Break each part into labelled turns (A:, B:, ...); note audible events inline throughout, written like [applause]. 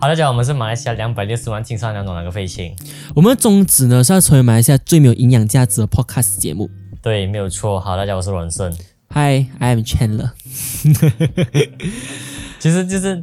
A: 好，大家好，我们是马来西亚两百六十万青少年懂哪个飞行？
B: 我们的宗旨呢是要成为马来西亚最没有营养价值的 podcast 节目。
A: 对，没有错。好，大家好，我是阮胜。
B: Hi, I am Chandler。
A: 其实就是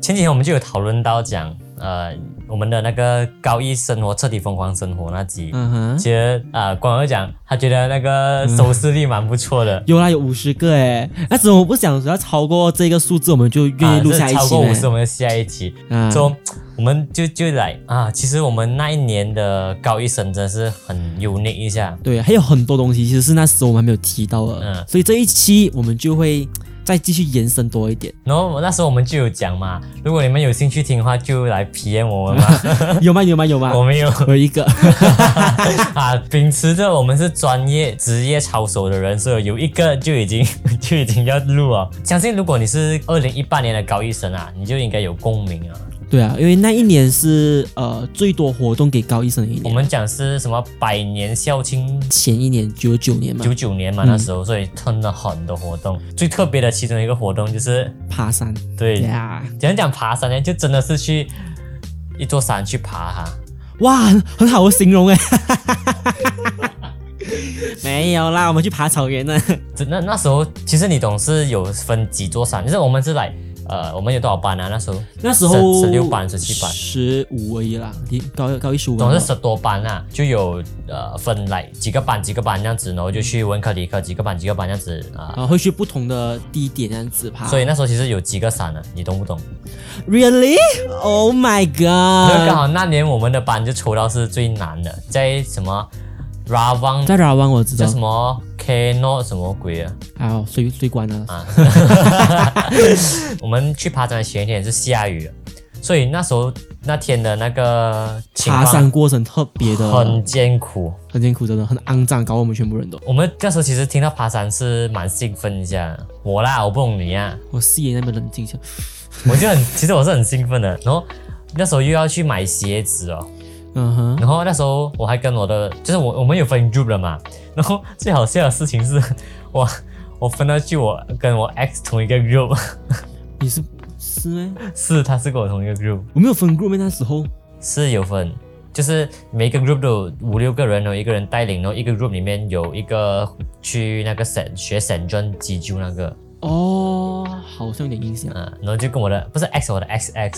A: 前几天我们就有讨论到讲，呃，我们的那个高一生活彻底疯狂生活那集，
B: 嗯哼，
A: 其实啊，广、儿讲他觉得那个收视率蛮不错的，
B: 有啦，有五十个哎，那怎么我不想只要超过这个数字，我们就愿嗯意录下
A: 啊、
B: 一
A: 这超
B: 期
A: 过五十，
B: 呢？
A: 我们就下一期。
B: 啊
A: 说、我们就就来啊，其实我们那一年的高一生真的是很 unique 一下，
B: 对，还有很多东西其实是那时候我们还没有提到的，
A: 嗯
B: 所以这一期我们就会再继续延伸多
A: [laughs]
B: 一点。
A: 然后那时候我们就有讲嘛，如果你们有兴趣听的话，就来 PM 我们
B: [laughs]
A: 嘛。
B: 有吗？有吗？有吗？
A: 我们有
B: 我有一个， [laughs]
A: [laughs] 啊，秉持着我们是专业职业操守的人，所以有一个就已经 [laughs] 就已经要录啊。相信如果你是二零一八年的高一生啊，你就应该有共鸣啊。
B: 对啊，因为那一年是呃最多活动给高一生的一
A: 我
B: 年，
A: 们讲是什么百年校庆
B: 前一年九九年嘛，
A: 九九年嘛，那时候，所以吞了很多活动。最特别的其中一个活动就是，
B: 爬山，
A: 对，
B: 呀，
A: 讲讲爬山呢，就真的是去一座山去爬哈、
B: 哇，很很好的形容哎。 [laughs] 没有啦，我们去爬草原呢。
A: 真那那时候其实你懂是有分几座山，就是我们是来呃，我们有多少班啊？那时候
B: [laughs] 那时候
A: 十十六班、十七班，
B: 十五而已啦，你高一高一十五。
A: 总是十多班啊，就有呃分来几个班、几个班这样子，然后就去文科、理科几个班、几个班这样子啊。
B: 啊，会去不同的地点这样子爬。
A: 所以那时候其实有几个山啊，你懂不
B: [laughs]
A: 懂？
B: really, oh my
A: 然后刚
B: god！
A: 好那年我们的班就抽到是最难的，在什么 Ravang
B: 在拉湾我知
A: 叫
B: 道
A: 什，么 Kno 什么鬼啊？
B: 好，水水管啊，
A: 我们去爬山的前一天是下雨的，所以那时候那天的那个情
B: 爬
A: 况
B: 山过程特别的
A: 很艰苦。
B: 很艰苦，真的很肮脏，搞我们全部人都。
A: 我们那时候其实听到爬山是蛮兴奋一下的，我啦，我不懂你啊，
B: 我视野那边冷静一下，
A: 我就很，其实我是很兴奋的。然后那时候又要去买鞋子哦，
B: 嗯哼，
A: 然后那时候我还跟我的，就是我我们有分 group 了嘛，然后最好笑的事情是，我我分到去我跟我 ex 同一个 group，
B: 你是是吗？
A: 是他是跟我同一个 group，
B: 我没有分 group 咩那时候，
A: 是有分，就是每一个 group 都有五六个人，然后一个人带领，然后一个 group 里面有一个去那个省学省专急救那个，
B: 哦，好像有点印象。
A: 嗯，然后就跟我的不是 X 我的 XX，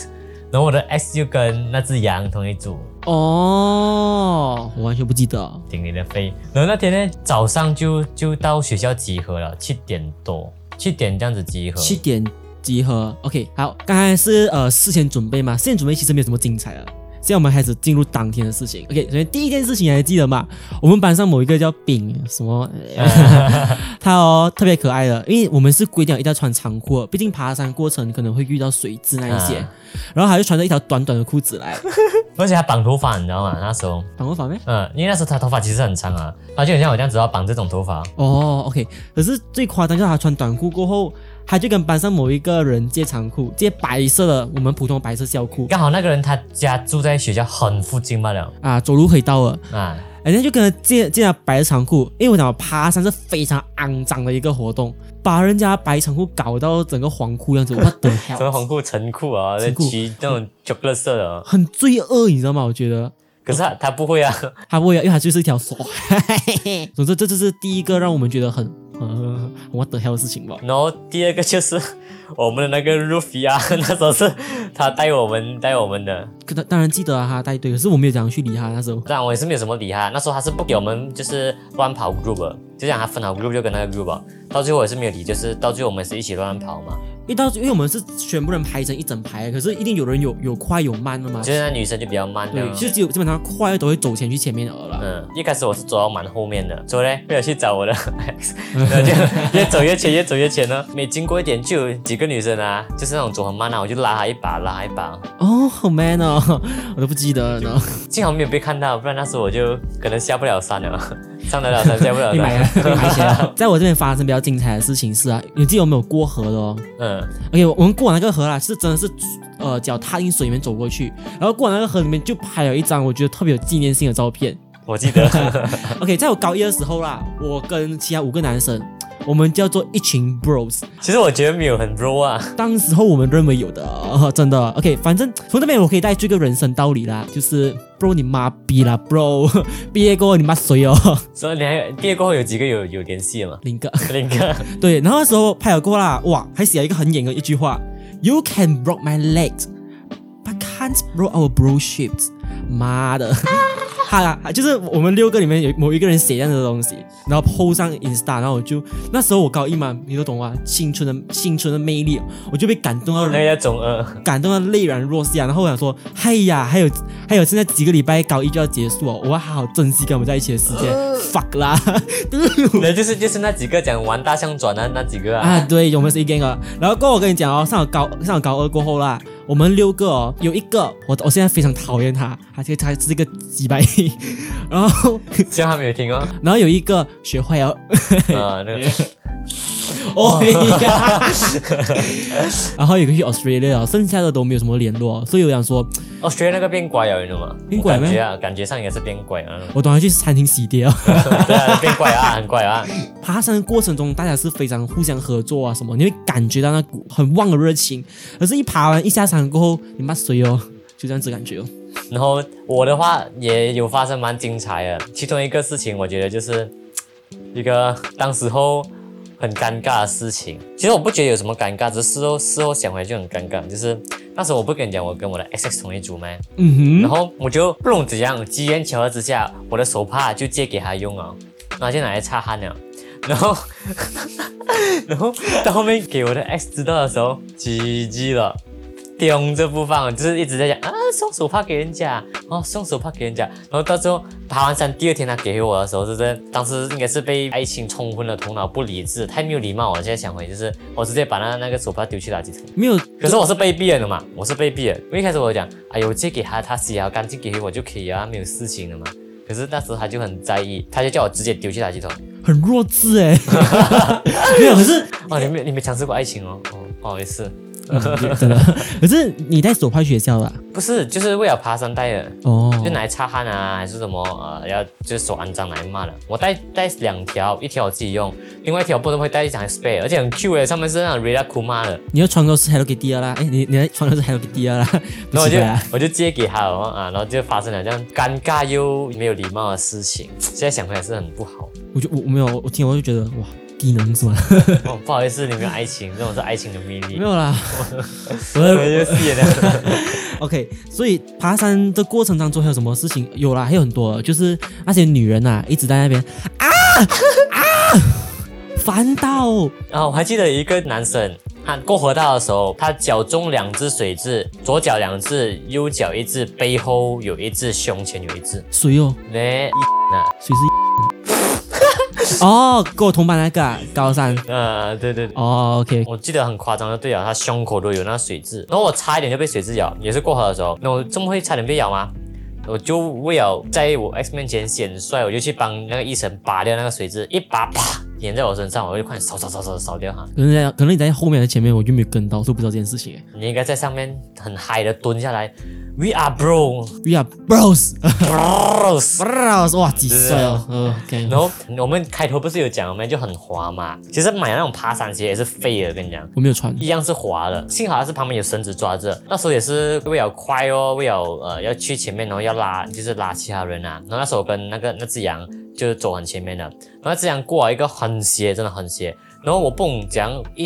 A: 然后我的 X 就跟那只羊同一组，
B: 哦，我完全不记得。
A: 顶你的肺。然后那天呢早上就就到学校集合了，七点多，七点这样子集合，
B: 七点集合，OK，好，刚才是呃事先准备嘛，事先准备其实没有什么精彩的。现在我们开始进入当天的事情，OK，首先第一件事情你还记得吗？我们班上某一个叫饼什么，呃他哦特别可爱的，因为我们是规定一定要穿长裤的，毕竟爬山过程可能会遇到水质那一些，
A: 啊
B: 然后他就穿着一条短短的裤子来，
A: 而且还绑头发，你知道吗？那时候，
B: 绑过发没？
A: 嗯，因为那时候他头发其实很长啊，他就很像我这样子要绑这种头发，
B: 哦，OK，可是最夸张就是他穿短裤过后，他就跟班上某一个人借长裤，借白色的我们普通白色校裤
A: 刚好那个人他家住在学校很附近罢了。
B: 啊，走路可以到了。
A: 啊，
B: 人家就跟他借借他白长裤，因为我讲爬山是非常肮脏的一个活动，把人家白长裤搞到整个黄裤样子，我的
A: 什么
B: hell，
A: 红裤、橙裤啊，
B: 橙裤
A: 骑那种 chocolate 色的啊，
B: 很罪恶，你知道吗？我觉得
A: 可是他他不会啊， [laughs]
B: 他不会啊，因为他就是一条锁。总之，这就是第一个让我们觉得很很我的 hell 的事情吧。
A: 然后第二个就是我们的那个 Rufi 啊， [laughs] 那时候是他带我们带我们的，
B: 可他当然记得啊，他带队，可是我没有讲去理他那时候。
A: 但我也是没有什么理他，那时候他是不给我们就是乱跑 group，的就讲他分好 group 就跟那个 group，啊到最后我也是没有理，就是到最后我们是一起乱跑嘛，
B: 因为到因为我们是全部人排成一整排，可是一定有人有有快有慢的嘛。
A: 就是那女生就比较慢的
B: 对，。啊就只有基本上快的都会走前去前面的了啦。
A: 嗯，一开始我是走到蛮后面的，所以呢，为了去找我的 [laughs]
B: [laughs]
A: ex，然后就越走越前，越走越前呢。每经过一点，就有几个女生啊，就是那种走很慢啊，我就拉她一把，拉她一把，
B: 哦，好 man 哦， [laughs] 我都不记得了呢。
A: 幸好没有被看到，不然那时候我就可能下不了山了， [laughs] 上得了山下不了
B: [laughs] [laughs] 你买
A: 山。
B: 了，你买起来了。在我这边发生比较精彩的事情是啊，你记得我们有过河的哦。
A: [laughs] 嗯，
B: OK，我们过完那个河啦，是真的是呃脚踏进水里面走过去，然后过完那个河里面就拍了一张我觉得特别有纪念性 [laughs] 的照片。
A: 我记得 [laughs]
B: OK，在我高一的时候啦，我跟其他五个男生，我们叫做一群 bros。
A: 其实我觉得没有很 bro 啊，
B: 当时候我们认为有的，呃真的。OK，反正从这边我可以带出一个人生道理啦，就是 bro 你妈逼啦，bro [laughs] 毕业过后你妈谁哦， [laughs]
A: 所以你还有毕业过后有几个有有联系的嘛？
B: 林哥。
A: [laughs] 林哥，
B: 对，然后那时候拍了过啦，哇，还写了一个很严的一句话：You can broke my legs, but can't broke our broships。妈的， [laughs] 哈，就是我们六个里面有某一个人写这样的东西，然后 PO 上 Insta，然后我就那时候我高一嘛，你都懂啊，青春的青春的魅力，哦我就被感动到
A: 那个叫中
B: [laughs]
A: 二，
B: 感动的泪然若下，然后我想说，嗨呀，还有还有，现在几个礼拜高一就要结束哦，我要好好珍惜跟我们在一起的时间、fuck 啦。 [laughs]
A: 那就是就是那几个讲玩大象转的那几个啊。
B: 啊，对，我们是一 gang 的。然后过后我跟你讲哦，上了高上了高二过后啦，我们六个哦，有一个我我现在非常讨厌他，他这个他是一个鸡掰。然后
A: 希望他没有
B: [laughs]
A: 听哦。
B: 然后有一个学哦坏了，
A: 啊，那个
B: [laughs] 哦呀，然后有个去 Australia，哦剩下的都没有什么联络哦，所以我想说，
A: 哦，学那个变乖了，你知道吗？
B: 变乖
A: 我
B: 咩
A: 感觉啊，感觉上也是变乖啊。 [laughs]
B: 我等下去餐厅洗碟哦。
A: 对啊，变乖啊，很乖啊。
B: 爬山的过程中，大家是非常互相合作啊什么，你会感觉到那股很旺的热情。可是，一爬完一下山过后，你妈谁哦，就这样子感觉哦。
A: 然后我的话也有发生蛮精彩的，其中一个事情我觉得就是一个当时候很尴尬的事情。其实我不觉得有什么尴尬，只是事后事后想回来就很尴尬。就是那时候我不跟你讲，我跟我的 X X 同一组吗？
B: 嗯哼。
A: 然后我就不懂怎样，机缘巧合之下，我的手帕就借给他用啊，然后就拿来擦汗了。然后， [laughs] 然后到后面给我的 X 知道的时候，GG 了，盯着不放，就是一直在讲啊，送手帕给人家，哦，送手帕给人家。然后到最后爬完山第二天他给我的时候，就是当时应该是被爱情冲昏了头脑，不理智，太没有礼貌。我现在想回，就是我直接把那那个手帕丢去垃圾桶。
B: 没有，
A: 可是我是被逼的嘛，我是被逼的。因为一开始我讲，哎呦，借给他，他洗好干净给我就可以啊，没有事情的嘛。可是那时候他就很在意，他就叫我直接丢去垃圾桶。
B: 很弱智 [laughs] 哎、没有，可是、
A: 哦，你没你没尝试过爱情哦，哦，不好意思，
B: 嗯真的，可是你在手拍学校啦、
A: 不是，就是为了爬山带的，
B: 哦，
A: 就拿来擦汗啊，还是什么呃，要就是手肮脏拿来抹的。我带带两条，一条我自己用，另外一条不能会带一张 spare，而且很 Q 的，上面是那种 Rila Kuma 的。
B: 你要穿过是 Hello Kitty 的啦，哎，你你的穿过是 Hello Kitty 的啦， [laughs] 不
A: 然后我
B: 奇
A: 就
B: 怪啊。
A: 我就借给他了啊，然后就发生了这样尴尬又没有礼貌的事情，现在想回来是很不好。
B: 我就我我没有，我听我就觉得哇，低能是吗？
A: 哦，不好意思，你没有爱情，这种是爱情的秘密。
B: [laughs] 没有啦， [laughs] 我
A: 我
B: 的
A: 就戏了。
B: OK，所以爬山的过程当中还有什么事情？有啦，还有很多，就是那些女人啊，一直在那边啊啊，烦到哦
A: 然啊后我还记得一个男生，他过河道的时候，他脚中两只水蛭，左脚两只，右脚一只，背后有一只，胸前有一只。
B: 谁哦，
A: 那那
B: 谁是哦，跟我同班那个、啊、高三
A: 呃，对对对。
B: 哦，OK，
A: 我记得很夸张的，对啊，他胸口都有那水蛭，然后我差一点就被水蛭咬，也是过河的时候，那我这么会差点被咬吗？我就为了在我 X 面前显帅，我就去帮那个医生拔掉那个水蛭，一拔啪粘在我身上，我就快点扫扫扫扫扫掉它。
B: 可能在可能你在后面的前面，我就没有跟到，所以我不知道这件事情欸。
A: 你应该在上面很嗨的蹲下来，We are bro，
B: We are bros,
A: bros。
B: bros，哇，几岁哦？嗯，OK，
A: 然后我们开头不是有讲，我们就很滑嘛。其实买那种爬山鞋也是废的，跟你讲。
B: 我没有穿。
A: 一样是滑的，幸好它是旁边有绳子抓着。那时候也是为了快哦，为了呃要去前面，然后要拉就是拉其他人啊。然后那时候我跟那个那只羊就是走很前面的，然后那只羊过来一个很斜，真的很斜。然后我蹦这样一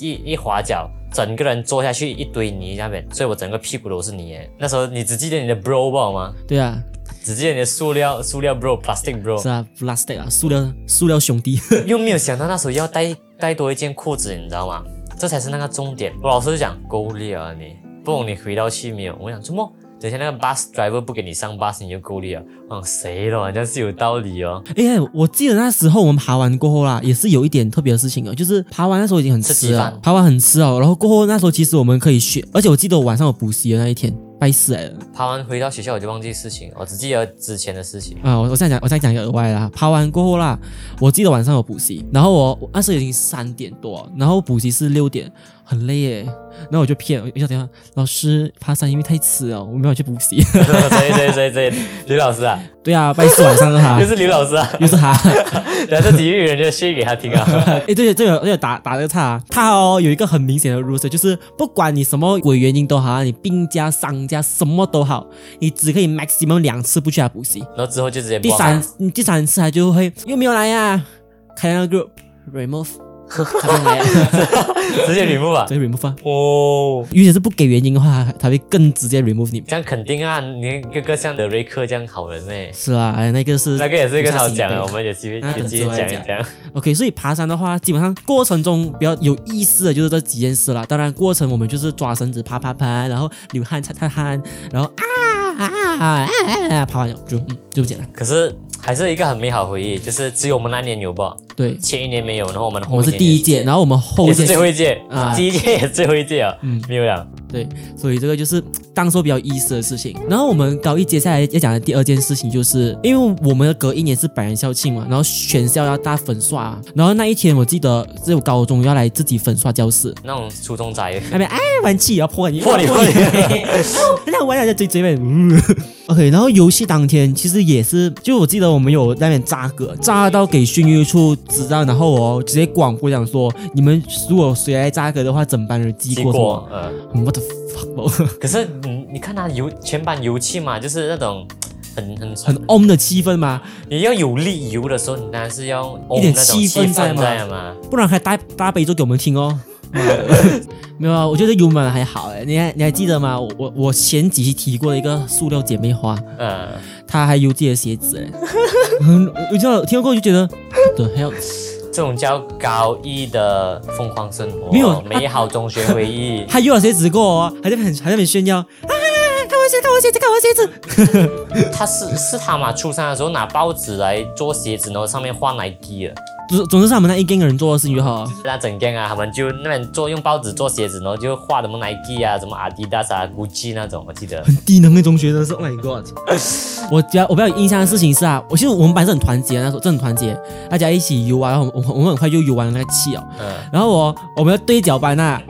A: 一一滑脚，整个人坐下去一堆泥下面，所以我整个屁股都是泥耶。那时候你只记得你的 bro 吧吗？
B: 对啊，
A: 只记得你的塑料塑料 bro plastic bro，
B: 是啊，plastic 啊，塑料塑料兄弟。
A: 又没有想到那时候要带带多一件裤子，你知道吗？这才是那个重点。我老师就讲够力了你，不懂你回到去没有？我想怎么？等一下那个 bus driver 不给你上 bus，你就够力了。我想谁了？好像是有道理哦。
B: 哎，我记得那时候我们爬完过后啦，也是有一点特别的事情哦，就是爬完那时候已经很
A: 吃
B: 迟
A: 鸡
B: 了
A: 饭，
B: 爬完很迟哦，然后过后那时候其实我们可以学，而且我记得我晚上有补习的那一天，拜四来的。
A: 爬完回到学校我就忘记事情，我只记得之前的事情。 [laughs]
B: 啊、我我再讲，我再讲一个额外的啦。爬完过后啦，啊我记得晚上有补习，然后我我那时候已经三点多，然后补习是六点，很累耶。然后我就骗，我一下等一下，老师爬山因为太迟了，我没有去补习。 [laughs]
A: 谁谁谁谁，刘老师啊，
B: 对啊，拜四晚上的哈
A: 就，是刘老师啊，
B: [laughs] 又是他。
A: 然后这体育人就去给他听啊。
B: [laughs] 哎，对这个这个打打这个岔、啊，他哦有一个很明显的 rules，就是不管你什么鬼原因都好啊，你病假、丧假什么都好，你只可以 maximum 两次不去他补习，
A: 然后之后就直接
B: 第
A: 挂
B: 三
A: 了
B: 你第三次他就会又没有来呀、啊，开那个 group remove，他没有来、 [laughs] 啊，
A: 直接 remove
B: [laughs]
A: 啊。
B: 再 remove 啊。
A: 哦，
B: 如果是不给原因的话，他会更直接 remove 你。
A: 这样肯定啊，你个个像德瑞克这样好人呢、
B: 是啊，哎那个是
A: 那个也是一个好讲哦
B: 的
A: 的，我们有机会
B: 那
A: 去
B: 等
A: 继
B: 之
A: 续
B: 后
A: 讲
B: 再
A: 一
B: 讲
A: 讲。
B: OK，所以爬山的话，基本上过程中比较有意思的就是这几件事啦。当然，过程我们就是抓绳子爬爬爬，然后流汗擦擦汗，然后啊啊啊啊啊，爬完了就嗯就这么简单。
A: 可是还是一个很美好回忆，就是只有我们那年有吧，
B: 对，
A: 前一年没有，然后我们后
B: 我们是
A: 一年
B: 第一
A: 有
B: 届，然后我们后
A: 也是
B: 届
A: 最后一届
B: 啊，
A: 第一届也是最后一届啊，
B: 嗯
A: 没有了。
B: 对，所以这个就是当做比较有意思的事情。然后我们高一接下来要讲的第二件事情，就是因为我们的隔一年是百人校庆嘛，然后全校要大粉刷啊，然后那一天我记得只有高中要来自己粉刷教室，
A: 那种初中 [laughs] 宅，
B: 那边哎玩具也要破你，哦
A: 破你破你
B: [laughs] 那玩两下追追呗。嗯 OK，然后游戏当天其实也是，就我记得我们有在那边炸歌，炸到给训育处知道，然后哦直接广播讲说，你们如果谁来炸歌的话，整班人记
A: 结
B: 过什
A: 果
B: 么嗯
A: 呃，
B: ？What the fuck，哦
A: 可是你你看他啊油全班油气嘛，就是那种很很
B: 很 on 的气氛嘛，
A: 你要有力游的时候，你当然是要哦
B: 一点
A: 那种
B: 气氛
A: 氛
B: 在嘛
A: 在嘛。
B: 不然还大大悲咒给我们听哦。妈的没有啊，我觉得油满还好哎，你还你还记得吗？我我我前几期提过一个塑料姐妹花，
A: 嗯，
B: 她还有自己的鞋子哎， [laughs] 嗯，我知道听过就觉 [laughs] 得，对，还有
A: 这种叫高一的疯狂生活，
B: 没有。
A: 美好中学回忆
B: 她又有鞋子过哦，还在很还在很炫耀 [laughs] 啊，看我鞋，看我鞋子，看我鞋子，
A: 他是是他嘛？初三的时候拿报纸来做鞋子，然后上面画 Nike 的，
B: 总总之是他们那一 gang 的人做的事情就好 [laughs] 啊。
A: 那整天啊，他们就那边做用报纸做鞋子，然后就画什么 Nike 啊、什么 Adidas 啊、Gucci 那种，我记
B: [laughs]
A: 得。
B: 很低能的中学，真的是 Oh my [laughs] God！我比较我比较有印象的事情是啊，我其实我们班是很团结的，那时候真的很团结，大家一起游玩，然后我们我们很快就游完那个气哦。
A: 嗯，
B: 然后我我们的对角班 [laughs] 啊，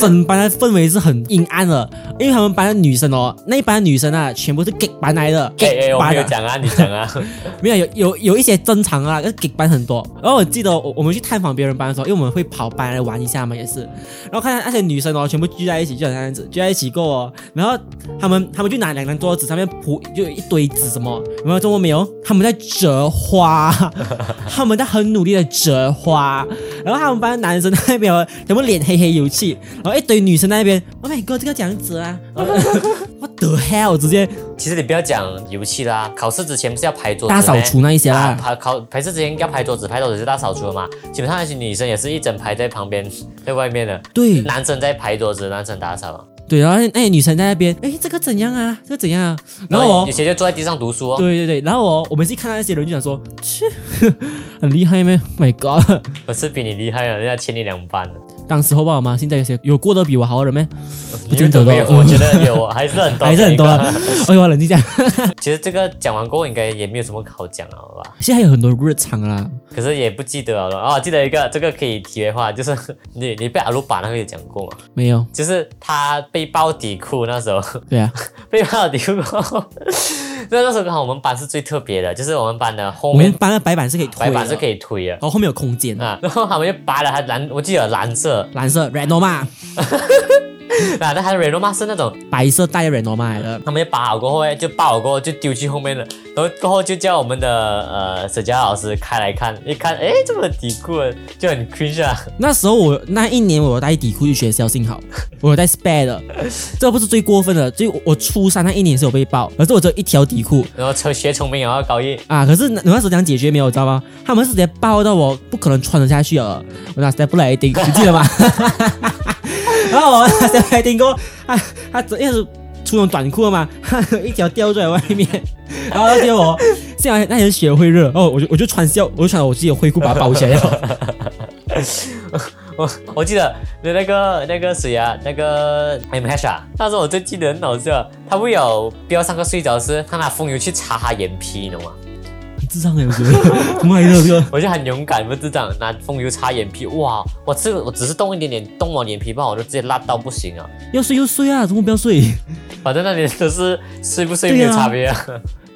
B: 整班的氛围是很阴暗的，因为他们班的女生哦，那一班的女生啊，全部是 gay 班来的
A: 哎哎，
B: ，gay
A: 我没
B: 班
A: 有
B: 的，
A: 讲啊，你讲啊。 [laughs]
B: 没有有有有一些正常啊，但是 gay 班很多。然后我记得我我们去探访别人班的时候，因为我们会跑班来玩一下嘛，也是。然后看到那些女生哦，全部聚在一起，就好像这样子聚在一起过哦。然后他们他们就拿两张桌子，上面铺就有一堆纸什么，有没有中文没有？他们在折 [laughs] 花，他们在很努力的折花。然后他们班男生那边哦全部脸黑黑有气，然后一堆女生那边，Oh my god，这个这样子啊 [laughs] ，What the hell，直接
A: 其实你不要讲游戏啦，考试之前不是要排桌子
B: [laughs] 大扫
A: 咩
B: 除那一些啦
A: 啊，。排考排试之前要排桌子，排桌子是大扫除的嘛。基本上那些女生也是一整排在旁边， [laughs] 在外面的，
B: 对，
A: 男生在排桌子，男生打扫嘛。
B: 对，然后那那女生在那边，哎，这个怎样啊？这个怎样啊？然后
A: 有
B: 我，
A: 些就坐在地上读书哦。
B: 对对对，然后我，我每次看到那些人就想说，切， [laughs] 很厉害咩？My？Oh God！
A: 我是比你厉害啊了，人家欠你两班了。
B: 当时好不好嘛？现在有些有过得比我好的人咩？
A: 你
B: 见得
A: 有没有？
B: 到嗯
A: 我觉得有，还是
B: [laughs]
A: 很多，
B: 还是很多啊。哎呦，冷静一下，
A: 其实这个讲完过后，应该也没有什么好讲了，啊好吧？
B: 现在有很多日常啦。
A: 可是也不记得了哦。记得一个，这个可以题外话，就是你你被阿鲁巴那个有讲过嘛？
B: 没有，
A: 就是他被爆底裤那时候。 [laughs]
B: 对啊，
A: 被骂的丢过。 [laughs] 那那时候刚好我们班是最特别的，就是我们班的后
B: 我们啊
A: 面
B: 搬的白板是可以推
A: 白
B: 的，
A: 板是可
B: 以，
A: 以推的
B: 然后后面有空间啊。
A: 啊，然后他们就拔了它蓝，我记得有蓝色，
B: 蓝色 Reno 嘛，
A: 啊，但它的 Renoma 是那种，
B: 白色带 Reno 嘛来的。
A: 他们就拔好过后就爆好过后就丢去后面了，然后过后就叫我们的呃沈佳老师开来看，一看，诶，这么底裤就很 cringe 啊，
B: 那时候我那一年我有带底裤去学校，幸好我有带 spare 的，这不是最过分的，最我初三那一年是有被爆，可是我只有一条底裤，
A: 然后成学聪明然后高一，
B: 啊，可是那我那时候讲解决没有，知道吗？他们是直接爆到我不可能穿得下去了，我拿 step 来顶，你记得吗？ [laughs] 然后我 [laughs] 拿 step 来顶过，啊，他整因为是出那种短裤的嘛， [laughs] 他一条掉在外面，然后他结我，幸好那天血会热，哦，我就我就穿校，我就穿我自己的灰裤把它包起来了。 [laughs]
A: 我我记得那那个那个谁啊，那个 M H 啊，那时候我最记得啊很搞笑，他为了不要上课睡着时，他拿风油去擦他眼皮，你懂吗？
B: 智障哎、我觉得 [laughs] 怎么来的这个？
A: 我就很勇敢，不是这样拿风油擦眼皮，哇！我这个我只是动一点点，动我眼皮不好，我就直接辣到不行啊！
B: 要睡就睡啊，怎么不要睡？
A: 反正那里都是睡不睡
B: 对
A: 没
B: 啊
A: 有差别啊，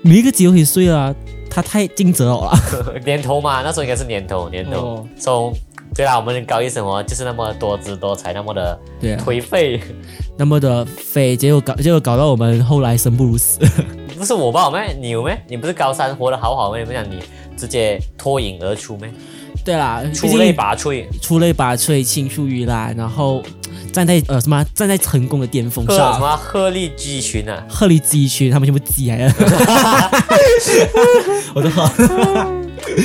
B: 每一个节都可以睡啊，他太尽责了啦。
A: [laughs] 年头嘛，那时候应该是年头，年头
B: 哦。
A: 从、对啦，我们高一生活就是那么多姿多彩，那么的
B: 对啊，
A: 颓废， [laughs]
B: 那么的废，结果搞结果搞到我们后来生不如死。
A: 不是我吧？我们你有咩？你不是高三活得好好咩？你不讲你直接脱颖而出咩？
B: 对啦，
A: 出类，拔萃，
B: 出类拔萃，青出于蓝，然后
A: 嗯
B: 站在呃什么站在成功的巅峰
A: 鹤什
B: 上。
A: 么鹤立鸡群啊！
B: 鹤立鸡群，他们全部鸡
A: [laughs]
B: 来了。我的好，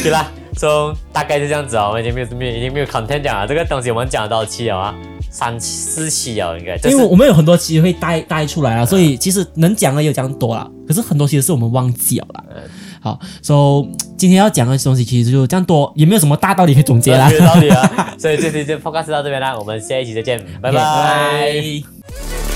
A: 对啦，so, 大概就这样子啊，我们已经没有没有已经没有 content 讲啊了，这个东西我们讲了多少期了啊？三期四期了应该，就
B: [laughs] 因为
A: 是
B: 我们有很多期会带带出来啊，所以其实能讲的也有讲多啦，可是很多其实是我们忘记了啦。
A: 嗯
B: 好，so 今天要讲的东西其实就这样多，也没有什么大道理可以总结啦。 [laughs]
A: 有道理啊，所以这期就 podcast 到这边啦，我们下一期再见，拜
B: 拜
A: 拜。
B: 拜。